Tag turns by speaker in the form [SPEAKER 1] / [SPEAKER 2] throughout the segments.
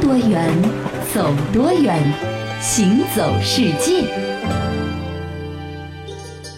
[SPEAKER 1] 多远，走多远，行走世界。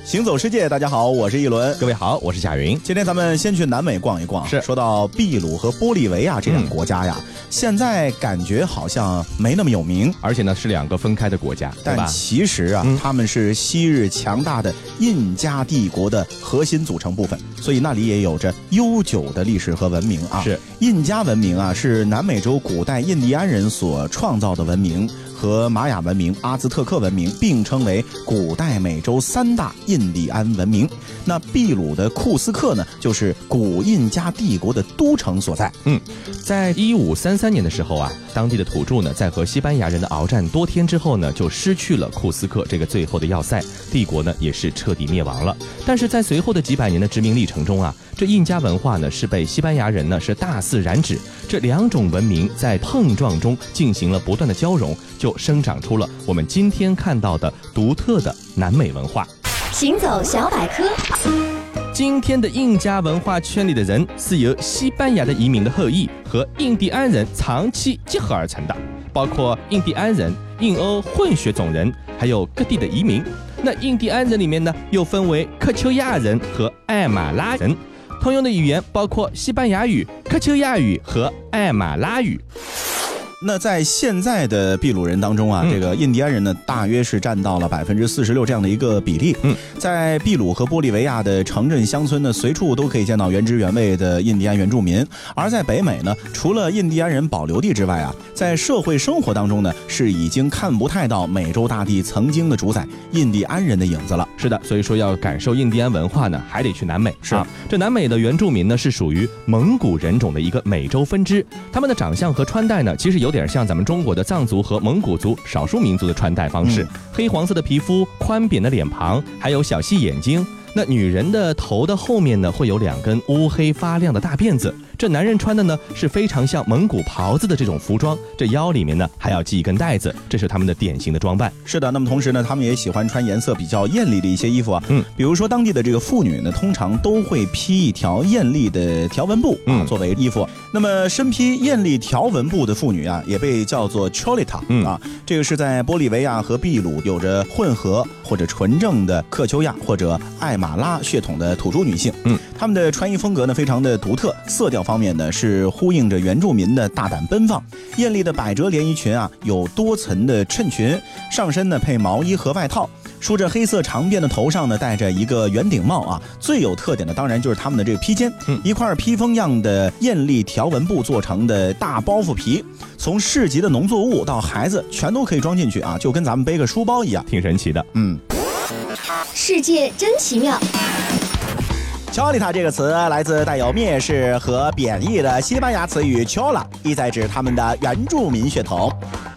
[SPEAKER 2] 行走世界，大家好，我是一轮。
[SPEAKER 3] 各位好，我是贾云。
[SPEAKER 2] 今天咱们先去南美逛一逛。
[SPEAKER 3] 是
[SPEAKER 2] 说到秘鲁和玻利维亚这两个
[SPEAKER 3] 嗯
[SPEAKER 2] 国家呀，现在感觉好像没那么有名，
[SPEAKER 3] 而且呢，是两个分开的国家，对
[SPEAKER 2] 但
[SPEAKER 3] 吧？
[SPEAKER 2] 其实啊，
[SPEAKER 3] 嗯
[SPEAKER 2] 他们是昔日强大的印加帝国的核心组成部分，所以那里也有着悠久的历史和文明啊。
[SPEAKER 3] 是
[SPEAKER 2] 印加文明啊，是南美洲古代印第安人所创造的文明，和玛雅文明、阿兹特克文明并称为古代美洲三大印第安文明。那秘鲁的库斯克呢，就是古印加帝国的都城所在。
[SPEAKER 3] 在一五三三年的时候啊，当地的土著呢，在和西班牙人的鏖战多天之后呢，就失去了库斯克这个最后的要塞，帝国呢也是彻底灭亡了。但是在随后的几百年的殖民历程中啊，这印加文化呢是被西班牙人呢是大肆染指，这两种文明在碰撞中进行了不断的交融，就生长出了我们今天看到的独特的南美文化。
[SPEAKER 1] 行走小百科，
[SPEAKER 3] 今天的印加文化圈里的人是由西班牙的移民的后裔和印第安人长期结合而成的，包括印第安人、印欧混血种人，还有各地的移民。那印第安人里面呢，又分为克丘亚人和艾马拉人，通用的语言包括西班牙语、克丘亚语和艾马拉语。
[SPEAKER 2] 那在现在的秘鲁人当中啊，
[SPEAKER 3] 嗯
[SPEAKER 2] 这个印第安人呢，大约是占到了百分之四十六这样的一个比例。
[SPEAKER 3] 嗯，
[SPEAKER 2] 在秘鲁和玻利维亚的城镇乡村呢，随处都可以见到原汁原味的印第安原住民。而在北美呢，除了印第安人保留地之外啊，在社会生活当中呢，是已经看不太到美洲大地曾经的主宰印第安人的影子了。
[SPEAKER 3] 是的，所以说要感受印第安文化呢，还得去南美。
[SPEAKER 2] 是
[SPEAKER 3] 啊，这南美的原住民呢是属于蒙古人种的一个美洲分支，他们的长相和穿戴呢，其实有点像咱们中国的藏族和蒙古族少数民族的穿戴方式，
[SPEAKER 2] 嗯
[SPEAKER 3] 黑黄色的皮肤、宽扁的脸庞，还有小细眼睛。那女人的头的后面呢，会有两根乌黑发亮的大辫子。这男人穿的呢，是非常像蒙古袍子的这种服装。这腰里面呢，还要系一根带子，这是他们的典型的装扮。
[SPEAKER 2] 是的，那么同时呢，他们也喜欢穿颜色比较艳丽的一些衣服啊，
[SPEAKER 3] 嗯，
[SPEAKER 2] 比如说当地的这个妇女呢，通常都会披一条艳丽的条纹布啊、
[SPEAKER 3] 嗯
[SPEAKER 2] 作为衣服。那么身披艳丽条纹布的妇女啊，也被叫做 cholita，、
[SPEAKER 3] 嗯
[SPEAKER 2] 啊，这个是在玻利维亚和秘鲁有着混合或者纯正的克丘亚或者艾马拉血统的土著女性。
[SPEAKER 3] 嗯，
[SPEAKER 2] 她们的穿衣风格呢非常的独特，色调方面呢是呼应着原住民的大胆奔放。艳丽的百褶连衣裙啊，有多层的衬裙，上身呢配毛衣和外套，梳着黑色长辫的头上呢戴着一个圆顶帽啊。最有特点的当然就是他们的这个披肩，
[SPEAKER 3] 嗯
[SPEAKER 2] 一块披风样的艳丽条纹布做成的大包袱皮，从市集的农作物到孩子全都可以装进去啊，就跟咱们背个书包一样。
[SPEAKER 3] 挺神奇的。
[SPEAKER 2] 嗯，
[SPEAKER 1] 世界真奇妙。
[SPEAKER 2] 乔丽塔这个词来自带有蔑视和贬义的西班牙词语 chola，意在指他们的原住民血统。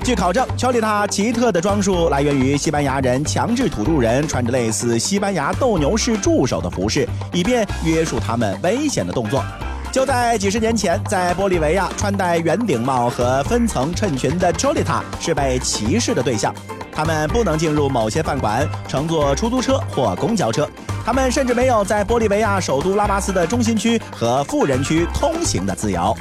[SPEAKER 2] 据考证，乔丽塔奇特的装束来源于西班牙人强制土著人穿着类似西班牙斗牛士助手的服饰，以便约束他们危险的动作。就在几十年前，在玻利维亚，穿戴圆顶帽和分层衬裙的 Cholita 是被歧视的对象，他们不能进入某些饭馆，乘坐出租车或公交车，他们甚至没有在玻利维亚首都拉巴斯的中心区和富人区通行的自由。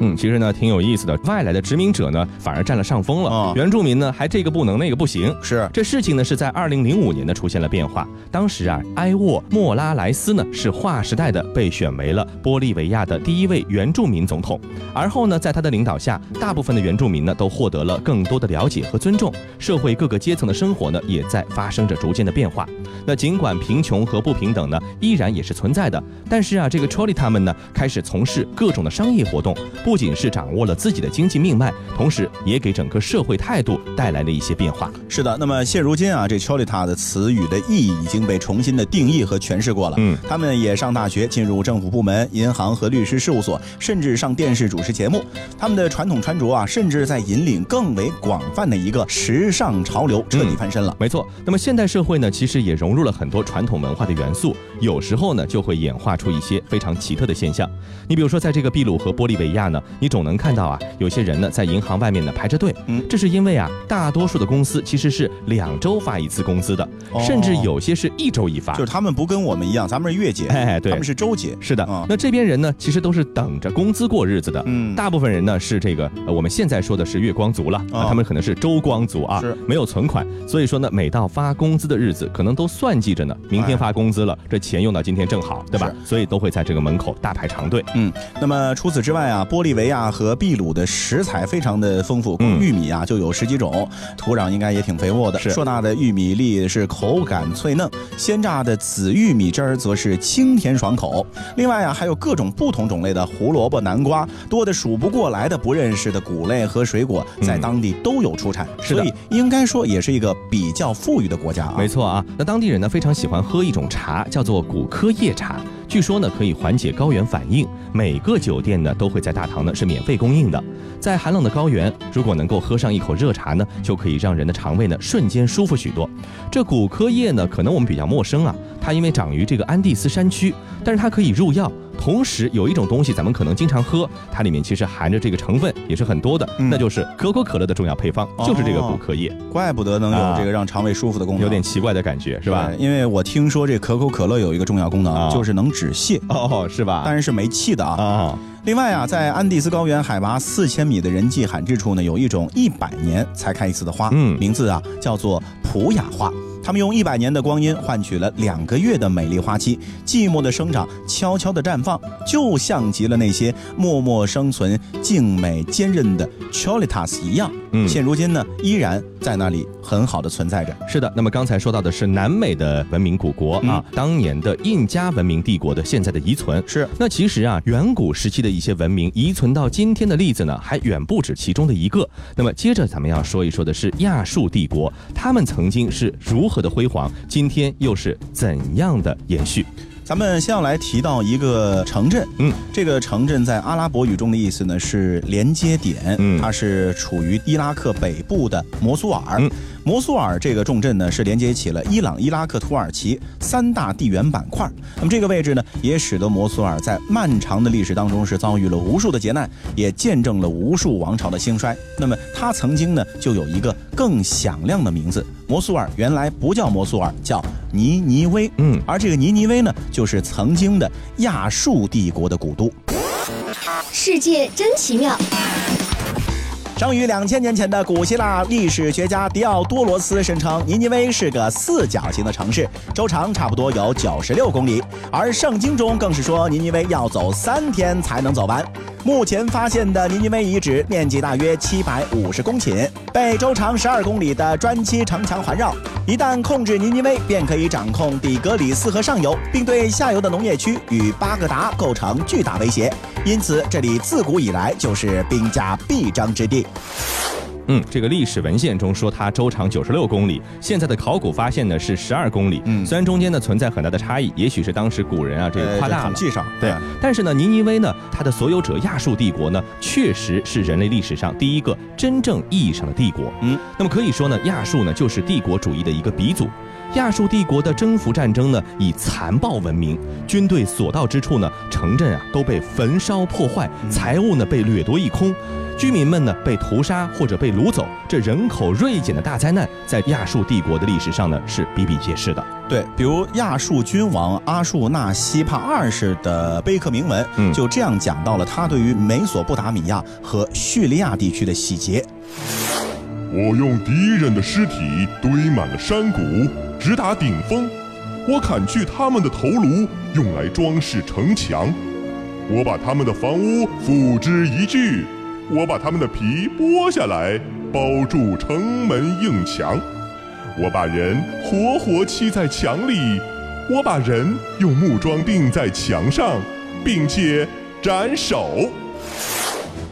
[SPEAKER 3] 嗯，其实呢挺有意思的，外来的殖民者呢反而占了上风了，
[SPEAKER 2] 啊
[SPEAKER 3] 原住民呢还这个不能那个不行。
[SPEAKER 2] 是，
[SPEAKER 3] 这事情呢是在二零零五年呢出现了变化，当时啊，埃沃莫拉莱斯呢是划时代的被选为了玻利维亚的第一位原住民总统，而后呢，在他的领导下，大部分的原住民呢都获得了更多的了解和尊重，社会各个阶层的生活呢也在发生着逐渐的变化。那尽管贫穷和不平等呢依然也是存在的，但是啊，这个 Cholly 他们呢开始从事各种的商业活动，不仅是掌握了自己的经济命脉，同时也给整个社会态度带来了一些变化。
[SPEAKER 2] 是的。那么现如今啊，这 Cholita 的词语的意义已经被重新的定义和诠释过了。
[SPEAKER 3] 嗯，
[SPEAKER 2] 他们也上大学，进入政府部门、银行和律师事务所，甚至上电视主持节目。他们的传统穿着啊，甚至在引领更为广泛的一个时尚潮流，彻底翻身了。
[SPEAKER 3] 没错，那么现代社会呢，其实也融入了很多传统文化的元素，有时候呢就会演化出一些非常奇特的现象。你比如说，在这个秘鲁和玻利维亚。亚呢，你总能看到啊，有些人呢在银行外面呢排着队，
[SPEAKER 2] 嗯
[SPEAKER 3] 这是因为啊，大多数的公司其实是两周发一次工资的，
[SPEAKER 2] 哦
[SPEAKER 3] 甚至有些是一周一发
[SPEAKER 2] 就。是他们不跟我们一样，咱们是月结，
[SPEAKER 3] 哎，对
[SPEAKER 2] 哦他们，是周结。
[SPEAKER 3] 是的
[SPEAKER 2] 嗯。
[SPEAKER 3] 那这边人呢，其实都是等着工资过日子的。
[SPEAKER 2] 嗯，
[SPEAKER 3] 大部分人呢是这个、呃我们现在说的是月光族了、
[SPEAKER 2] 哦
[SPEAKER 3] 啊，他们可能是周光族啊
[SPEAKER 2] 是，
[SPEAKER 3] 没有存款，所以说呢，每到发工资的日子，可能都算计着呢，明天
[SPEAKER 2] 哎
[SPEAKER 3] 发工资了，这钱用到今天正好，对吧？
[SPEAKER 2] 是
[SPEAKER 3] 所以都会在这个门口大排长队。
[SPEAKER 2] 那么除此之外啊，玻利维亚和秘鲁的食材非常的丰富，
[SPEAKER 3] 嗯
[SPEAKER 2] 玉米啊就有十几种，土壤应该也挺肥沃的。
[SPEAKER 3] 是
[SPEAKER 2] 硕大的玉米粒是口感脆嫩，鲜榨的紫玉米汁儿则是清甜爽口。另外啊，还有各种不同种类的胡萝卜、南瓜，多的数不过来的不认识的谷类和水果，在
[SPEAKER 3] 嗯
[SPEAKER 2] 当地都有出产，
[SPEAKER 3] 是的
[SPEAKER 2] 所以应该说也是一个比较富裕的国家啊。
[SPEAKER 3] 没错啊，那当地人呢非常喜欢喝一种茶，叫做古柯叶茶。据说呢可以缓解高原反应，每个酒店呢都会在大堂呢是免费供应的。在寒冷的高原，如果能够喝上一口热茶呢，就可以让人的肠胃呢瞬间舒服许多。这古柯叶呢，可能我们比较陌生啊，它因为长于这个安第斯山区，但是它可以入药。同时有一种东西咱们可能经常喝，它里面其实含着这个成分也是很多的，
[SPEAKER 2] 嗯
[SPEAKER 3] 那就是可口可乐的重要配方，就是这个古柯叶，
[SPEAKER 2] 怪不得能
[SPEAKER 3] 啊
[SPEAKER 2] 有这个让肠胃舒服的功能，
[SPEAKER 3] 有点奇怪的感觉是吧
[SPEAKER 2] 对？因为我听说这可口可乐有一个重要功能，
[SPEAKER 3] 啊
[SPEAKER 2] 就是能止泻。
[SPEAKER 3] 哦，是吧？
[SPEAKER 2] 当然是没气的啊。
[SPEAKER 3] 啊，
[SPEAKER 2] 另外啊，在安第斯高原海拔四千米的人迹罕至处呢，有一种一百年才开一次的花，
[SPEAKER 3] 嗯
[SPEAKER 2] 名字啊叫做普雅花。他们用一百年的光阴换取了两个月的美丽花期，寂寞的生长，悄悄的绽放，就像极了那些默默生存、静美坚韧的 Cholitas 一样。
[SPEAKER 3] 嗯，
[SPEAKER 2] 现如今呢，依然在那里很好的存在着。
[SPEAKER 3] 是的。那么刚才说到的是南美的文明古国
[SPEAKER 2] 嗯
[SPEAKER 3] 啊，当年的印加文明帝国的现在的遗存。
[SPEAKER 2] 是，
[SPEAKER 3] 那其实啊，远古时期的一些文明遗存到今天的例子呢，还远不止其中的一个。那么接着咱们要说一说的是亚述帝国，他们曾经是如何的辉煌，今天又是怎样的延续？
[SPEAKER 2] 咱们先要来提到一个城镇，
[SPEAKER 3] 嗯，
[SPEAKER 2] 这个城镇在阿拉伯语中的意思呢是连接点，
[SPEAKER 3] 嗯
[SPEAKER 2] 它是处于伊拉克北部的摩苏尔。
[SPEAKER 3] 嗯
[SPEAKER 2] 摩苏尔这个重镇呢是连接起了伊朗、伊拉克、土耳其三大地缘板块。那么这个位置呢，也使得摩苏尔在漫长的历史当中是遭遇了无数的劫难，也见证了无数王朝的兴衰。那么它曾经呢就有一个更响亮的名字，摩苏尔原来不叫摩苏尔，叫尼尼微。
[SPEAKER 3] 嗯，
[SPEAKER 2] 而这个尼尼微呢，就是曾经的亚述帝国的古都。
[SPEAKER 1] 世界真奇妙。
[SPEAKER 2] 生于两千年前的古希腊历史学家迪奥多罗斯声称，尼尼微是个四角形的城市，周长差不多有九十六公里。而圣经中更是说，尼尼微要走三天才能走完。目前发现的尼尼微遗址面积大约七百五十公顷，被周长十二公里的砖砌城墙环绕。一旦控制尼尼微，便可以掌控底格里斯河上游，并对下游的农业区与巴格达构成巨大威胁。因此，这里自古以来就是兵家必争之地。
[SPEAKER 3] 嗯，这个历史文献中说它周长九十六公里，现在的考古发现呢是十二公里。
[SPEAKER 2] 嗯哎
[SPEAKER 3] 虽然中间呢存在很大的差异，也许是当时古人啊这个夸大了。
[SPEAKER 2] 上
[SPEAKER 3] 对，但是呢，尼尼微呢，它的所有者亚述帝国呢，确实是人类历史上第一个真正意义上的帝国。
[SPEAKER 2] 嗯，
[SPEAKER 3] 那么可以说呢，亚述呢就是帝国主义的一个鼻祖。亚述帝国的征服战争呢，以残暴闻名，军队所到之处呢，城镇啊都被焚烧破坏，财物呢被掠夺一空，居民们呢被屠杀或者被掳走，这人口锐减的大灾难，在亚述帝国的历史上呢是比比皆是的。
[SPEAKER 2] 对，比如亚述君王阿术纳西帕二世的碑刻铭文，
[SPEAKER 3] 嗯
[SPEAKER 2] 就这样讲到了他对于美索不达米亚和叙利亚地区的洗劫。
[SPEAKER 4] 我用敌人的尸体堆满了山谷，直达顶峰。我砍去他们的头颅，用来装饰城墙。我把他们的房屋付之一炬。我把他们的皮剥下来，包住城门硬墙。我把人活活砌在墙里，我把人用木桩钉在墙上，并且斩首。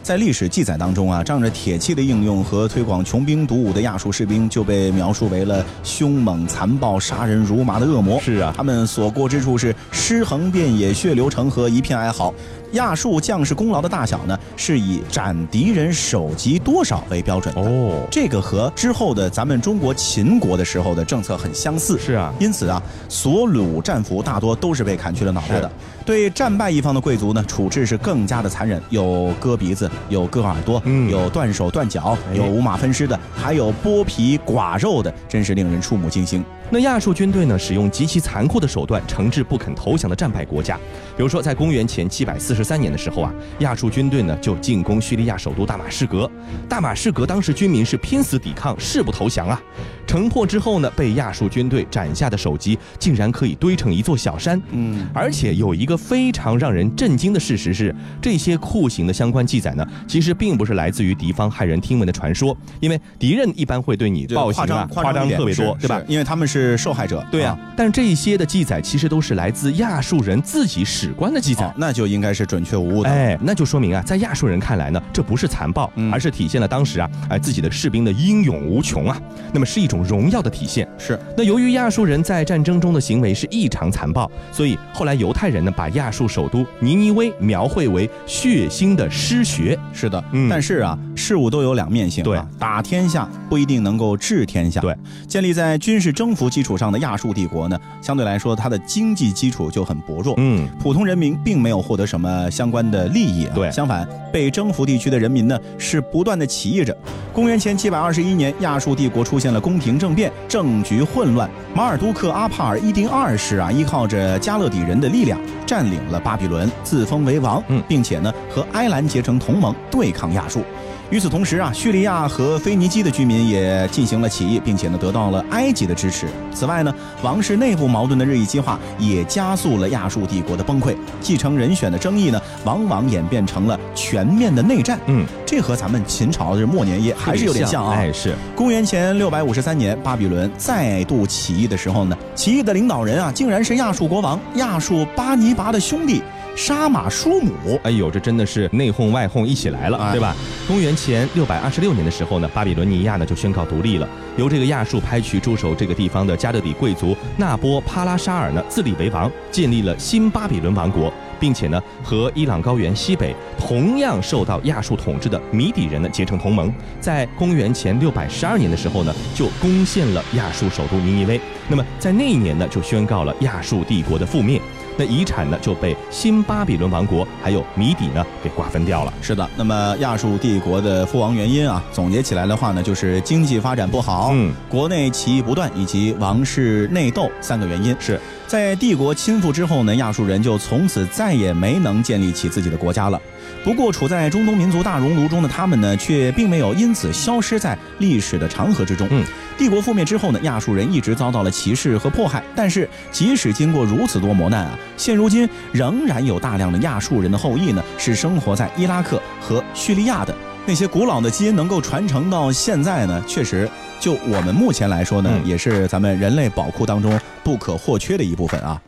[SPEAKER 2] 在历史记载当中啊，仗着铁器的应用和推广穷兵黩武的亚述士兵就被描述为了凶猛、残暴、杀人如麻的恶魔。
[SPEAKER 3] 是啊
[SPEAKER 2] 他们所过之处是尸横遍野，血流成河，一片哀嚎。亚述将士功劳的大小呢，是以斩敌人首级多少为标准的。
[SPEAKER 3] 哦，
[SPEAKER 2] 这个和之后的咱们中国秦国的时候的政策很相似。
[SPEAKER 3] 是啊，
[SPEAKER 2] 因此啊，所虏战俘大多都是被砍去了脑袋的
[SPEAKER 3] 是。
[SPEAKER 2] 对战败一方的贵族呢，处置是更加的残忍，有割鼻子，有割耳朵，
[SPEAKER 3] 嗯
[SPEAKER 2] 有断手断脚，
[SPEAKER 3] 哎
[SPEAKER 2] 有五马分尸的，还有剥皮剐肉的，真是令人触目惊心。
[SPEAKER 3] 那亚述军队呢，使用极其残酷的手段惩治不肯投降的战败国家。比如说，在公元前七百四十三年的时候啊，亚述军队呢就进攻叙利亚首都大马士革。大马士革当时居民是拼死抵抗，誓不投降啊。城破之后呢，被亚述军队斩下的首级竟然可以堆成一座小山。
[SPEAKER 2] 嗯，
[SPEAKER 3] 而且有一个非常让人震惊的事实是，这些酷刑的相关记载呢，其实并不是来自于敌方骇人听闻的传说，因为敌人一般会对你暴行
[SPEAKER 2] 夸张
[SPEAKER 3] 啊、夸张
[SPEAKER 2] 一点
[SPEAKER 3] 特别
[SPEAKER 2] 是
[SPEAKER 3] 多，对吧
[SPEAKER 2] 是？因为他们是受害者。
[SPEAKER 3] 对啊，但这些的记载其实都是来自亚述人自己史官的记载
[SPEAKER 2] 哦，。那就应该是准确无误的。
[SPEAKER 3] 哎，那就说明啊，在亚述人看来呢，这不是残暴，
[SPEAKER 2] 嗯
[SPEAKER 3] 而是体现了当时啊，哎自己的士兵的英勇无穷啊，那么是一种荣耀的体现。
[SPEAKER 2] 是
[SPEAKER 3] 那由于亚述人在战争中的行为是异常残暴，所以后来犹太人呢，把亚述首都尼尼微描绘为血腥的尸穴。
[SPEAKER 2] 是的，
[SPEAKER 3] 嗯
[SPEAKER 2] 但是啊，事物都有两面性、啊，
[SPEAKER 3] 对
[SPEAKER 2] 打天下不一定能够治天下。
[SPEAKER 3] 对，
[SPEAKER 2] 建立在军事征服基础上的亚述帝国呢，相对来说它的经济基础就很薄弱。
[SPEAKER 3] 嗯，
[SPEAKER 2] 普通人民并没有获得什么相关的利益啊，
[SPEAKER 3] 对
[SPEAKER 2] 相反，被征服地区的人民呢是不断的起义着。公元前七百二十一年，亚述帝国出现了宫廷政变，政局混乱。马尔都克阿帕尔伊丁二世啊，依靠着加勒底人的力量，占领了巴比伦，自封为王，
[SPEAKER 3] 嗯
[SPEAKER 2] 并且呢和埃兰结成同盟，对抗亚述。与此同时啊，叙利亚和腓尼基的居民也进行了起义，并且呢得到了埃及的支持。此外呢，王室内部矛盾的日益激化，也加速了亚述帝国的崩溃。继承人选的争议呢，往往演变成了全面的内战。
[SPEAKER 3] 嗯，
[SPEAKER 2] 这和咱们秦朝这末年也还是有点像啊。
[SPEAKER 3] 哎，是，
[SPEAKER 2] 公元前六百五十三年，巴比伦再度起义的时候呢，起义的领导人啊，竟然是亚述国王亚述巴尼拔的兄弟沙马舒姆。
[SPEAKER 3] 哎呦，这真的是内讧外讧一起来了，
[SPEAKER 2] 哎
[SPEAKER 3] 对吧？公元前六百二十六年的时候呢，巴比伦尼亚呢就宣告独立了，由这个亚述派去驻守这个地方的加勒底贵族纳波帕拉沙尔呢自立为王，建立了新巴比伦王国，并且呢和伊朗高原西北同样受到亚述统治的米底人呢结成同盟，在公元前六百十二年的时候呢就攻陷了亚述首都尼尼微，那么在那一年呢就宣告了亚述帝国的覆灭。那遗产呢就被新巴比伦王国还有米底呢给瓜分掉了。
[SPEAKER 2] 是的，那么亚述帝国的覆亡原因啊，总结起来的话呢，就是经济发展不好，
[SPEAKER 3] 嗯，
[SPEAKER 2] 国内起义不断，以及王室内斗三个原因。
[SPEAKER 3] 是
[SPEAKER 2] 在帝国亲附之后呢，亚述人就从此再也没能建立起自己的国家了。不过，处在中东民族大熔炉中的他们呢，却并没有因此消失在历史的长河之中。
[SPEAKER 3] 嗯，
[SPEAKER 2] 帝国覆灭之后呢，亚述人一直遭到了歧视和迫害。但是，即使经过如此多磨难啊，现如今仍然有大量的亚述人的后裔呢，是生活在伊拉克和叙利亚的。那些古老的基因能够传承到现在呢，确实，就我们目前来说呢，
[SPEAKER 3] 嗯
[SPEAKER 2] 也是咱们人类宝库当中不可或缺的一部分啊。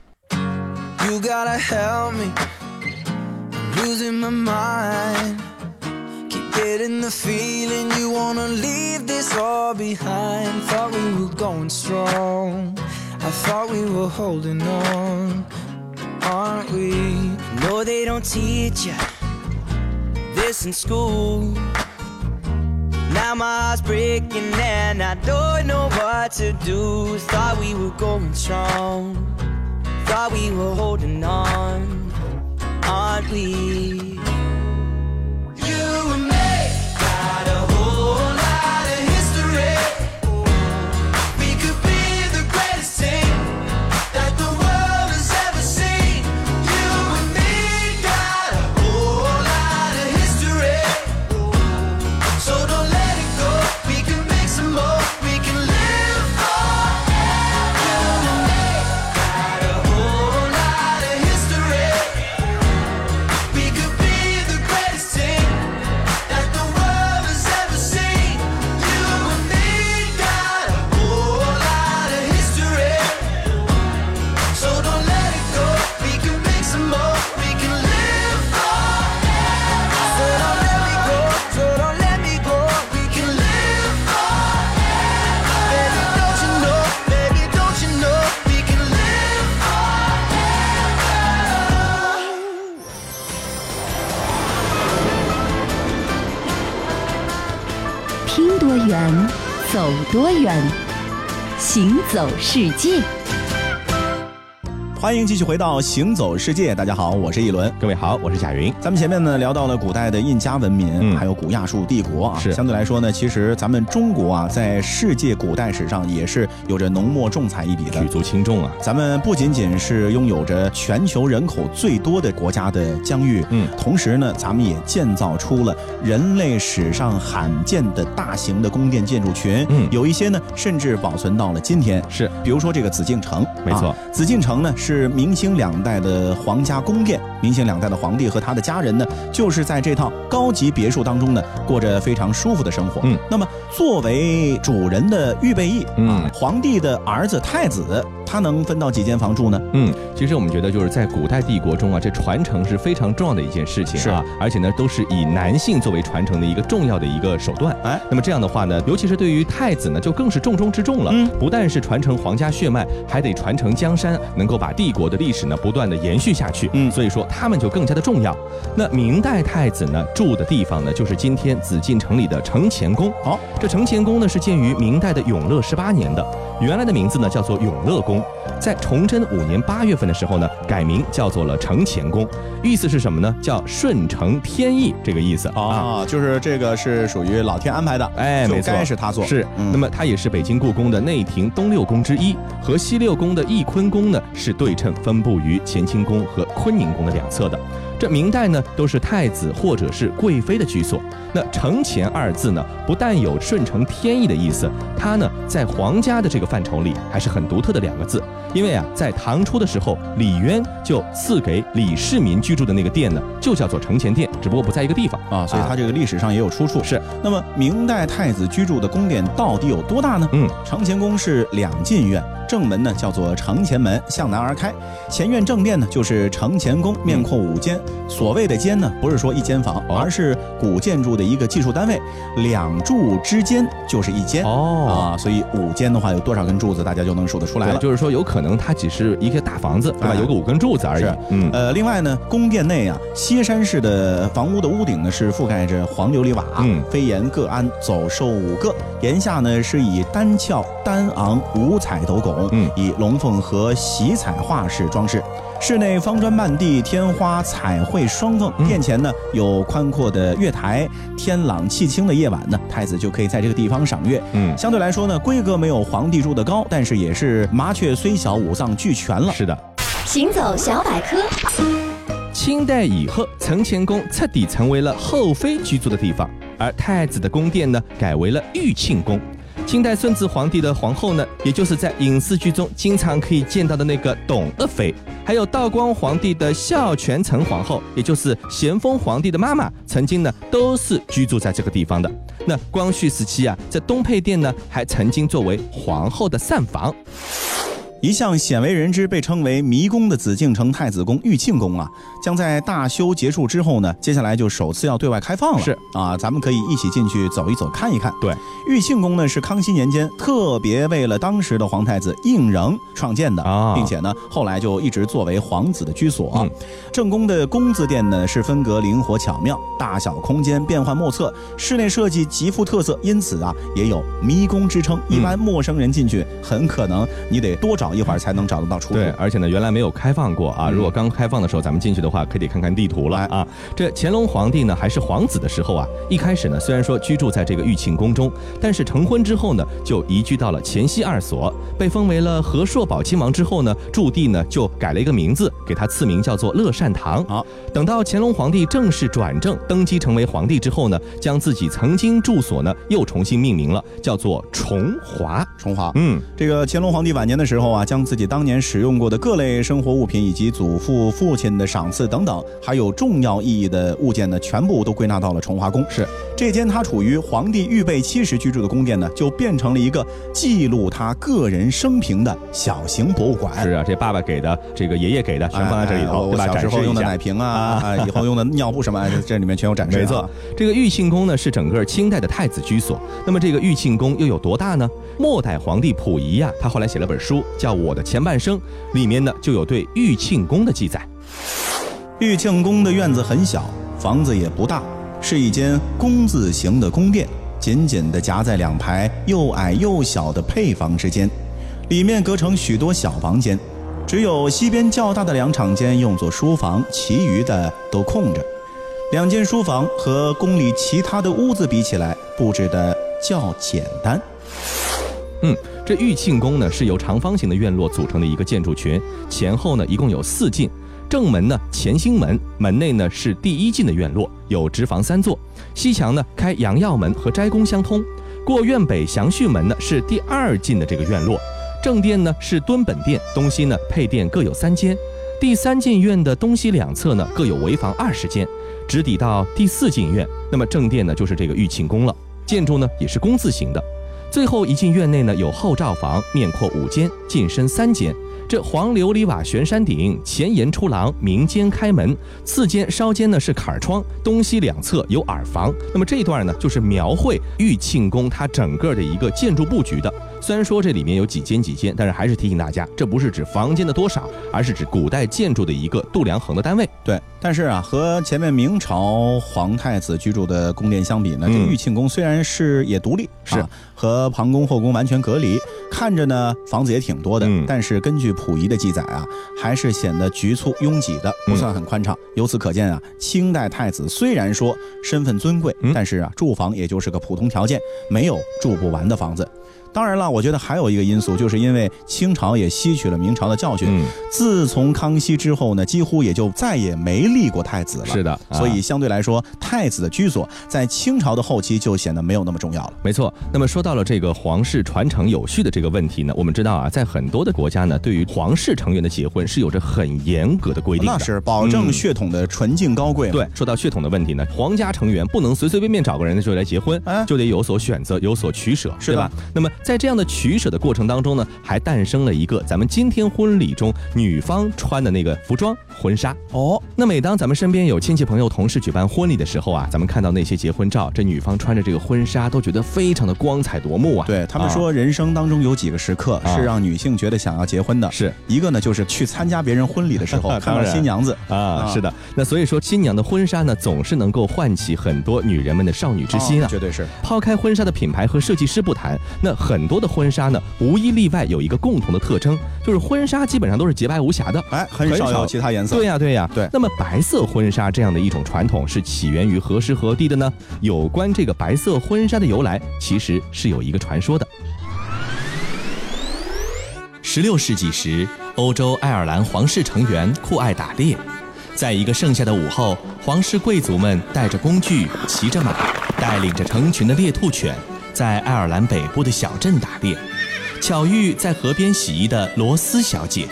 [SPEAKER 5] You gotta help me. I'm losing my mind. Keep getting the feeling you wanna leave this all behind. Thought we were going strong. I thought we were holding on. Aren't we? No, they don't teach ya this in school. Now my heart's breaking and I don't know what to do. Thought we were going strong thought we were holding on, aren't we? You and me got a whole lot of history. We could be the greatest team that the world has ever seen. You and me got a whole lot of history. So don't let it go. We can make some more. We can live forever. You and me got a whole lot of history. We could be the greatest team that the world has ever seen. You and me got a whole lot of history. So don't let it go. We can make some more. We can live forever. So don't let me go. So don't let me go. We can live Baby, don't you know? Baby, don't you know we can live forever?
[SPEAKER 1] 听多远，走多远，行走世界。
[SPEAKER 2] 欢迎继续回到《行走世界》，大家好，我是一轮。
[SPEAKER 3] 各位好，我是贾云。
[SPEAKER 2] 咱们前面呢聊到了古代的印加文明，
[SPEAKER 3] 嗯
[SPEAKER 2] 还有古亚述帝国啊。
[SPEAKER 3] 是
[SPEAKER 2] 相对来说呢，其实咱们中国啊，在世界古代史上也是有着浓墨重彩一笔的
[SPEAKER 3] 举。足轻重啊，
[SPEAKER 2] 咱们不仅仅是拥有着全球人口最多的国家的疆域，
[SPEAKER 3] 嗯
[SPEAKER 2] 同时呢，咱们也建造出了人类史上罕见的大型的宫殿建筑群，
[SPEAKER 3] 嗯
[SPEAKER 2] 有一些呢甚至保存到了今天。
[SPEAKER 3] 是
[SPEAKER 2] 比如说这个紫禁城，
[SPEAKER 3] 没错
[SPEAKER 2] 啊紫禁城呢是明清两代的皇家宫殿，明清两代的皇帝和他的家人呢，就是在这套高级别墅当中呢，过着非常舒服的生活。
[SPEAKER 3] 嗯，
[SPEAKER 2] 那么作为主人的预备役，啊
[SPEAKER 3] 嗯
[SPEAKER 2] 皇帝的儿子太子，他能分到几间房住呢？
[SPEAKER 3] 嗯，其实我们觉得就是在古代帝国中啊，这传承是非常重要的一件事情啊，而且呢，都是以男性作为传承的一个重要的一个手段。
[SPEAKER 2] 哎，
[SPEAKER 3] 那么这样的话呢，尤其是对于太子呢，就更是重中之重了。
[SPEAKER 2] 嗯
[SPEAKER 3] 不但是传承皇家血脉，还得传承江山，能够把帝国的历史呢不断的延续下去。
[SPEAKER 2] 嗯
[SPEAKER 3] 所以说他们就更加的重要。那明代太子呢住的地方呢，就是今天紫禁城里的承乾宫。
[SPEAKER 2] 好、
[SPEAKER 3] 这承乾宫呢是建于明代的永乐十八年的，原来的名字呢叫做永乐宫，在崇祯五年八月份的时候呢改名叫做了承乾宫，意思是什么呢？叫顺承天意这个意思啊。
[SPEAKER 2] 啊，就是这个是属于老天安排的，
[SPEAKER 3] 哎，
[SPEAKER 2] 就
[SPEAKER 3] 没错，
[SPEAKER 2] 该是他做。
[SPEAKER 3] 是，
[SPEAKER 2] 嗯
[SPEAKER 3] 那么它也是北京故宫的内廷东六宫之一，和西六宫的翊坤宫呢是对称分布于乾清宫和坤宁宫的两侧的。这明代呢都是太子或者是贵妃的居所。那承乾二字呢，不但有顺承天意的意思，它呢在皇家的这个范畴里还是很独特的两个字。因为啊，在唐初的时候，李渊就赐给李世民居住的那个殿呢，就叫做承乾殿，只不过不在一个地方
[SPEAKER 2] 啊，所以他这个历史上也有出处。
[SPEAKER 3] 是，
[SPEAKER 2] 那么明代太子居住的宫殿到底有多大呢？
[SPEAKER 3] 嗯，
[SPEAKER 2] 承乾宫是两进院，正门呢叫做承乾门，向南而开；前院正面呢就是承乾宫，面阔五间。所谓的间呢，不是说一间房，
[SPEAKER 3] 哦
[SPEAKER 2] 而是古建筑的一个技术单位，两柱之间就是一间。
[SPEAKER 3] 哦
[SPEAKER 2] 啊，所以五间的话有多少根柱子，大家就能数得出来
[SPEAKER 3] 对，
[SPEAKER 2] 了。
[SPEAKER 3] 就是说有可能它只是一个大房子，对吧？
[SPEAKER 2] 哎
[SPEAKER 3] 有个五根柱子而已
[SPEAKER 2] 是。
[SPEAKER 3] 嗯，
[SPEAKER 2] 呃，另外呢，宫殿内啊，歇山式的房屋的屋顶呢是覆盖着黄琉璃瓦，
[SPEAKER 3] 嗯
[SPEAKER 2] 飞檐各安，走兽五个，檐下呢是以单翘、单昂、五彩斗拱，
[SPEAKER 3] 嗯
[SPEAKER 2] 以龙凤和喜彩画饰装饰。室内方砖漫地，天花彩绘双凤。
[SPEAKER 3] 嗯
[SPEAKER 2] 殿前呢有宽阔的月台，天朗气清的夜晚呢，太子就可以在这个地方赏月。
[SPEAKER 3] 嗯
[SPEAKER 2] 相对来说呢，规格没有皇帝住的高，但是也是麻雀虽小，五脏俱全了。
[SPEAKER 3] 是的。
[SPEAKER 1] 行走小百科，
[SPEAKER 3] 清代以后，承乾宫彻底成为了后妃居住的地方，而太子的宫殿呢，改为了裕庆宫。清代顺治皇帝的皇后呢，也就是在影视剧中经常可以见到的那个董鄂妃，还有道光皇帝的孝全成皇后，也就是咸丰皇帝的妈妈，曾经呢都是居住在这个地方的。那光绪时期啊，这东配殿呢，还曾经作为皇后的膳房。
[SPEAKER 2] 一向鲜为人知、被称为“迷宫”的紫禁城太子宫、裕庆宫啊，将在大修结束之后呢，接下来就首次要对外开放了。
[SPEAKER 3] 是
[SPEAKER 2] 啊，咱们可以一起进去走一走、看一看。
[SPEAKER 3] 对，
[SPEAKER 2] 裕庆宫呢是康熙年间特别为了当时的皇太子胤禛创建的，
[SPEAKER 3] 啊
[SPEAKER 2] 并且呢后来就一直作为皇子的居所。啊
[SPEAKER 3] 嗯
[SPEAKER 2] 正宫的宫字殿呢是分隔灵活巧妙，大小空间变幻莫测，室内设计极富特色，因此啊也有迷宫之称。一般陌生人进去，很可能你得多找一会儿才能找得到出路。
[SPEAKER 3] 对，而且呢，原来没有开放过啊。
[SPEAKER 2] 嗯哎
[SPEAKER 3] 如果刚开放的时候，咱们进去的话，可以得看看地图了啊。这乾隆皇帝呢，还是皇子的时候啊，一开始呢，虽然说居住在这个裕庆宫中，但是成婚之后呢，就移居到了乾熙二所，被封为了和硕宝亲王之后呢，驻地呢就改了一个名字，给他赐名叫做乐善堂。
[SPEAKER 2] 好
[SPEAKER 3] 等到乾隆皇帝正式转正登基成为皇帝之后呢，将自己曾经住所呢又重新命名了，叫做崇华。
[SPEAKER 2] 重华，
[SPEAKER 3] 嗯，
[SPEAKER 2] 这个乾隆皇帝晚年的时候啊，将自己当年使用过的各类生活物品，以及祖父、父亲的赏赐等等，还有重要意义的物件呢，全部都归纳到了崇华宫。
[SPEAKER 3] 是
[SPEAKER 2] 这间他处于皇帝预备期时居住的宫殿呢，就变成了一个记录他个人生平的小型博物馆。
[SPEAKER 3] 是啊，这爸爸给的，这个爷爷给的，全放在这
[SPEAKER 2] 哎
[SPEAKER 3] 里
[SPEAKER 2] 哎
[SPEAKER 3] 头，
[SPEAKER 2] 我
[SPEAKER 3] 对吧？
[SPEAKER 2] 我小时
[SPEAKER 3] 展示
[SPEAKER 2] 候
[SPEAKER 3] 一
[SPEAKER 2] 用的
[SPEAKER 3] 下
[SPEAKER 2] 奶。瓶啊，哎以后用的尿布什么，哎这这里面全有展示、啊。
[SPEAKER 3] 没错，，这个裕庆宫呢是整个清代的太子居所。那么这个裕庆宫又有多大呢？末代皇帝溥仪呀、他后来写了本书叫《我的前半生》，里面呢就有对裕庆宫的记载。
[SPEAKER 2] 裕庆宫的院子很小，房子也不大，是一间宫字形的宫殿，紧紧地夹在两排又矮又小的配房之间，里面隔成许多小房间。只有西边较大的两场间用作书房，其余的都空着。两间书房和宫里其他的屋子比起来，布置的较简单。
[SPEAKER 3] 嗯，这玉庆宫呢是由长方形的院落组成的一个建筑群，前后呢一共有四进。正门呢乾兴门，门内呢是第一进的院落，有直房三座。西墙呢开阳耀门和斋宫相通。过院北祥序门呢是第二进的这个院落，正殿呢是敦本殿，东西呢配殿各有三间。第三进院的东西两侧呢各有围房二十间，直抵到第四进院。那么正殿呢就是这个玉庆宫了，建筑呢也是宫字形的。最后一进院内呢，有后罩房，面阔五间，进深三间。这黄琉璃瓦悬山顶，前檐出廊，明间开门，次间稍间呢是坎儿窗，东西两侧有耳房。那么这一段呢，就是描绘玉庆宫它整个的一个建筑布局的。虽然说这里面有几间几间，但是还是提醒大家，这不是指房间的多少，而是指古代建筑的一个度量衡的单位。
[SPEAKER 2] 对，但是啊，和前面明朝皇太子居住的宫殿相比呢，这
[SPEAKER 3] 嗯
[SPEAKER 2] 玉庆宫虽然是也独立，
[SPEAKER 3] 是
[SPEAKER 2] 啊和皇宫后宫完全隔离，看着呢房子也挺多的，
[SPEAKER 3] 嗯
[SPEAKER 2] 但是根据溥仪的记载啊，还是显得局促拥挤的，不算很宽
[SPEAKER 3] 嗯
[SPEAKER 2] 敞。由此可见啊，清代太子虽然说身份尊贵，
[SPEAKER 3] 嗯
[SPEAKER 2] 但是啊住房也就是个普通条件，没有住不完的房子。当然了，我觉得还有一个因素，就是因为清朝也吸取了明朝的教训，
[SPEAKER 3] 嗯，
[SPEAKER 2] 自从康熙之后呢，几乎也就再也没立过太子了。
[SPEAKER 3] 是的，啊
[SPEAKER 2] 所以相对来说，太子的居所在清朝的后期就显得没有那么重要了。
[SPEAKER 3] 没错，那么说到了这个皇室传承有序的这个问题呢，我们知道啊，在很多的国家呢，对于皇室成员的结婚是有着很严格的规定的。
[SPEAKER 2] 哦那是保证
[SPEAKER 3] 嗯
[SPEAKER 2] 血统的纯净高贵嘛。
[SPEAKER 3] 对，说到血统的问题呢，皇家成员不能随随便便找个人就来结婚，
[SPEAKER 2] 啊
[SPEAKER 3] 就得有所选择，有所取舍，
[SPEAKER 2] 是的
[SPEAKER 3] 对吧？那么在这样的取舍的过程当中呢，还诞生了一个咱们今天婚礼中女方穿的那个服装婚纱。
[SPEAKER 2] 哦，
[SPEAKER 3] 那每当咱们身边有亲戚朋友、同事举办婚礼的时候啊，咱们看到那些结婚照，这女方穿着这个婚纱，都觉得非常的光彩夺目啊。
[SPEAKER 2] 对他们
[SPEAKER 3] 啊
[SPEAKER 2] 说，人生当中有几个时刻
[SPEAKER 3] 啊
[SPEAKER 2] 是让女性觉得想要结婚的。
[SPEAKER 3] 是
[SPEAKER 2] 一个呢，就是去参加别人婚礼的时 候，
[SPEAKER 3] 当
[SPEAKER 2] 看到
[SPEAKER 3] 然
[SPEAKER 2] 新娘子。
[SPEAKER 3] 啊，是的，那所以说新娘的婚纱呢，总是能够唤起很多女人们的少女之心
[SPEAKER 2] 哦
[SPEAKER 3] 啊。
[SPEAKER 2] 绝对是
[SPEAKER 3] 抛开婚纱的品牌和设计师不谈，那很多的婚纱呢，无一例外有一个共同的特征，就是婚纱基本上都是洁白无瑕的。
[SPEAKER 2] 哎，很
[SPEAKER 3] 很
[SPEAKER 2] 少
[SPEAKER 3] 少
[SPEAKER 2] 有其他颜色。
[SPEAKER 3] 对呀、对呀、
[SPEAKER 2] 对
[SPEAKER 3] 那么白色婚纱这样的一种传统是起源于何时何地的呢？有关这个白色婚纱的由来，其实是有一个传说的。十六世纪时，欧洲爱尔兰皇室成员酷爱打猎，在一个盛夏的午后，皇室贵族们带着工具，骑着马，带领着成群的猎兔犬，在爱尔兰北部的小镇打猎，巧遇在河边洗衣的罗斯小姐。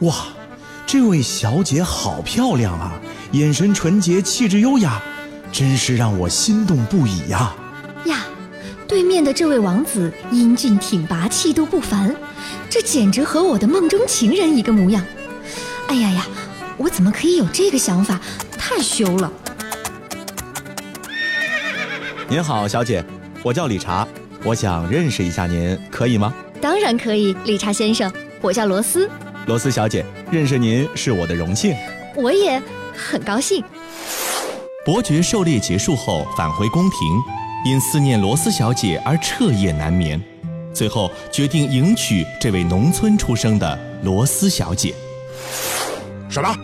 [SPEAKER 6] 哇，这位小姐好漂亮啊，眼神纯洁，气质优雅，真是让我心动不已呀、
[SPEAKER 7] 呀，对面的这位王子英俊挺拔，气度不凡，这简直和我的梦中情人一个模样。哎呀呀，我怎么可以有这个想法？太羞了！
[SPEAKER 6] 您好，小姐，我叫理查，我想认识一下您，可以吗？
[SPEAKER 7] 当然可以，理查先生，我叫罗斯，
[SPEAKER 6] 罗斯小姐，认识您是我的荣幸。
[SPEAKER 7] 我也很高兴。
[SPEAKER 3] 伯爵狩猎结束后返回宫廷，因思念罗斯小姐而彻夜难眠，最后决定迎娶这位农村出生的罗斯小姐。
[SPEAKER 4] 什么？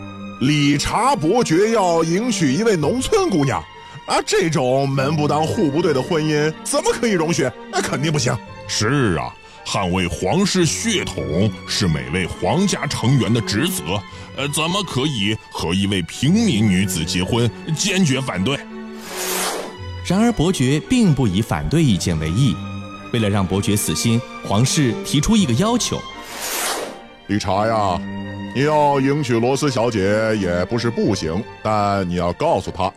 [SPEAKER 4] 理查伯爵要迎娶一位农村姑娘？啊，这种门不当户不对的婚姻怎么可以容许？那、肯定不行。是啊，捍卫皇室血统是每位皇家成员的职责，呃，怎么可以和一位平民女子结婚？坚决反对。
[SPEAKER 3] 然而，伯爵并不以反对意见为意。为了让伯爵死心，皇室提出一个要求：
[SPEAKER 4] 理查呀，你要迎娶罗斯小姐也不是不行，但你要告诉她，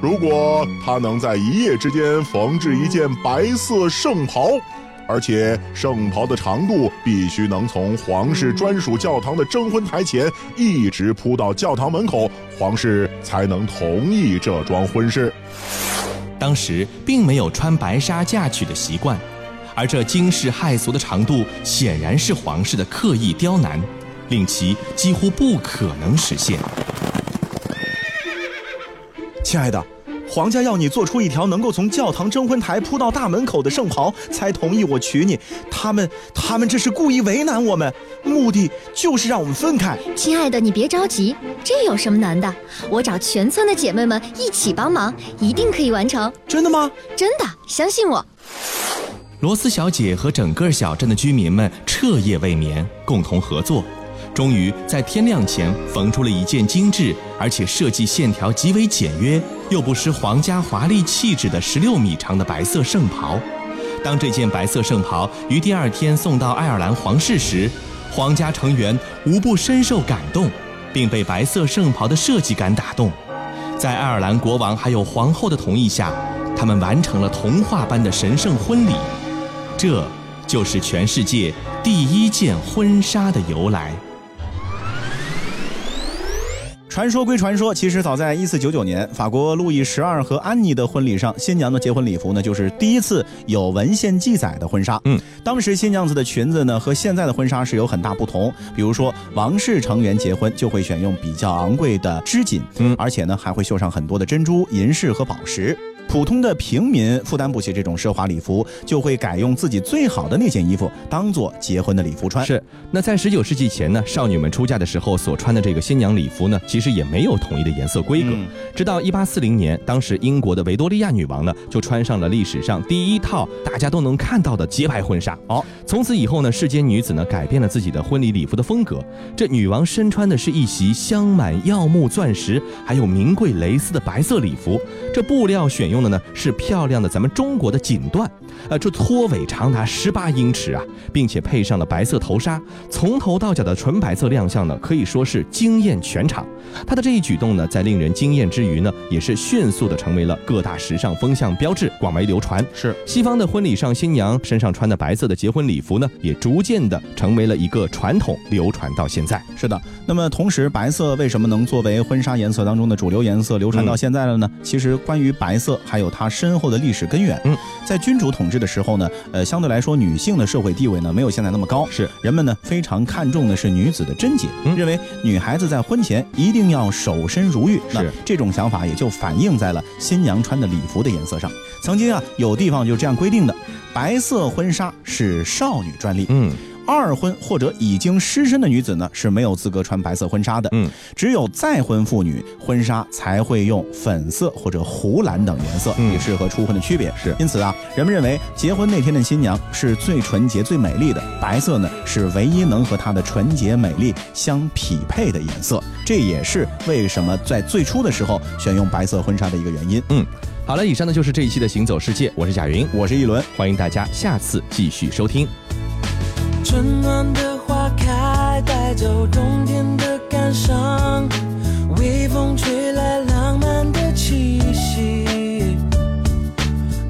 [SPEAKER 4] 如果她能在一夜之间缝制一件白色圣袍，而且圣袍的长度必须能从皇室专属教堂的征婚台前一直铺到教堂门口，皇室才能同意这桩婚事。
[SPEAKER 3] 当时并没有穿白纱嫁娶的习惯，而这惊世骇俗的长度显然是皇室的刻意刁难，令其几乎不可能实现。
[SPEAKER 6] 亲爱的，皇家要你做出一条能够从教堂征婚台铺到大门口的圣袍，才同意我娶你。他们，他们这是故意为难我们，目的就是让我们分开。
[SPEAKER 7] 亲爱的，你别着急，这有什么难的？我找全村的姐妹们一起帮忙，一定可以完成，
[SPEAKER 6] 真的吗？
[SPEAKER 7] 真的，相信我。
[SPEAKER 3] 罗斯小姐和整个小镇的居民们彻夜未眠，共同合作，终于在天亮前缝出了一件精致而且设计线条极为简约又不失皇家华丽气质的十六米长的白色圣袍。当这件白色圣袍于第二天送到爱尔兰皇室时，皇家成员无不深受感动，并被白色圣袍的设计感打动。在爱尔兰国王还有皇后的同意下，他们完成了童话般的神圣婚礼。这就是全世界第一件婚纱的由来。
[SPEAKER 2] 传说归传说，其实早在一四九九年，法国路易十二和安妮的婚礼上，新娘的结婚礼服呢，就是第一次有文献记载的婚纱。
[SPEAKER 3] 嗯，
[SPEAKER 2] 当时新娘子的裙子呢，和现在的婚纱是有很大不同。比如说，王室成员结婚就会选用比较昂贵的织锦，
[SPEAKER 3] 嗯
[SPEAKER 2] 而且呢，还会绣上很多的珍珠、银饰和宝石。普通的平民负担不起这种奢华礼服，就会改用自己最好的那件衣服当做结婚的礼服穿。
[SPEAKER 3] 是，那在十九世纪前呢，少女们出嫁的时候所穿的这个新娘礼服呢，其实也没有统一的颜色规格。
[SPEAKER 2] 嗯
[SPEAKER 3] 直到一八四零年，当时英国的维多利亚女王呢，就穿上了历史上第一套大家都能看到的洁白婚纱。哦，从此以后呢，世间女子呢改变了自己的婚礼礼服的风格。这女王身穿的是一袭镶满耀目钻石，还有名贵蕾丝的白色礼服。这布料选用的呢是漂亮的咱们中国的锦缎，呃，这拖尾长达十八英尺啊，并且配上了白色头纱，从头到脚的纯白色亮相呢，可以说是惊艳全场。她的这一举动呢，在令人惊艳之余呢，也是迅速的成为了各大时尚风向标志，广为流传。
[SPEAKER 2] 是
[SPEAKER 3] 西方的婚礼上，新娘身上穿的白色的结婚礼服呢，也逐渐的成为了一个传统，流传到现在。
[SPEAKER 2] 是的，那么同时，白色为什么能作为婚纱颜色当中的主流颜色流传
[SPEAKER 3] 嗯
[SPEAKER 2] 到现在了呢？其实，关于白色还有它深厚的历史根源。
[SPEAKER 3] 嗯，
[SPEAKER 2] 在君主统治的时候呢，呃，相对来说，女性的社会地位呢没有现在那么高，
[SPEAKER 3] 是
[SPEAKER 2] 人们呢非常看重的是女子的贞洁，
[SPEAKER 3] 嗯
[SPEAKER 2] 认为女孩子在婚前一定要守身如玉。那
[SPEAKER 3] 是
[SPEAKER 2] 这种想法也就反映在了新娘穿的礼服的颜色上。曾经啊，有地方就这样规定的，白色婚纱是少女专利。
[SPEAKER 3] 嗯，
[SPEAKER 2] 二婚或者已经失身的女子呢是没有资格穿白色婚纱的，
[SPEAKER 3] 嗯，
[SPEAKER 2] 只有再婚妇女婚纱才会用粉色或者湖蓝等颜色，
[SPEAKER 3] 嗯
[SPEAKER 2] 也是和初婚的区别。
[SPEAKER 3] 是
[SPEAKER 2] 因此啊，人们认为结婚那天的新娘是最纯洁、最美丽的，白色呢是唯一能和她的纯洁美丽相匹配的颜色。这也是为什么在最初的时候选用白色婚纱的一个原因。
[SPEAKER 3] 好了，以上呢就是这一期的《行走世界》，我是贾云，
[SPEAKER 2] 我是一轮。
[SPEAKER 3] 欢迎大家下次继续收听。
[SPEAKER 5] 春暖的花开，带走冬天的感伤。微风吹来浪漫的气息，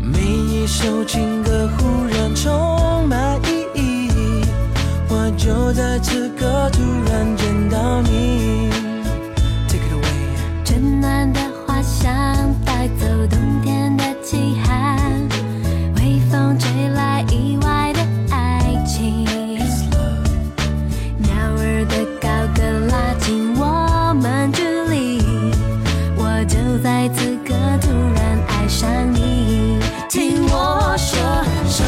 [SPEAKER 5] 每一首情歌忽然充满意义。我就在此刻突然见到你。Take it away.
[SPEAKER 8] 春暖的花香带走冬天的凄寒，微风吹来意外的爱情，鸟儿的高歌拉近我们距离，我就在此刻突然爱上你，听我说，手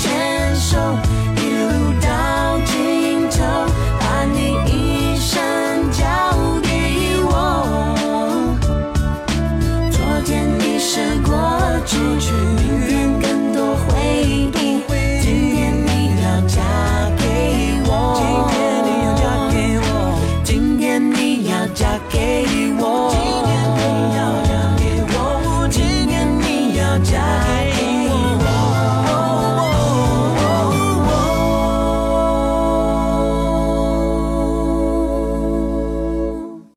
[SPEAKER 8] 牵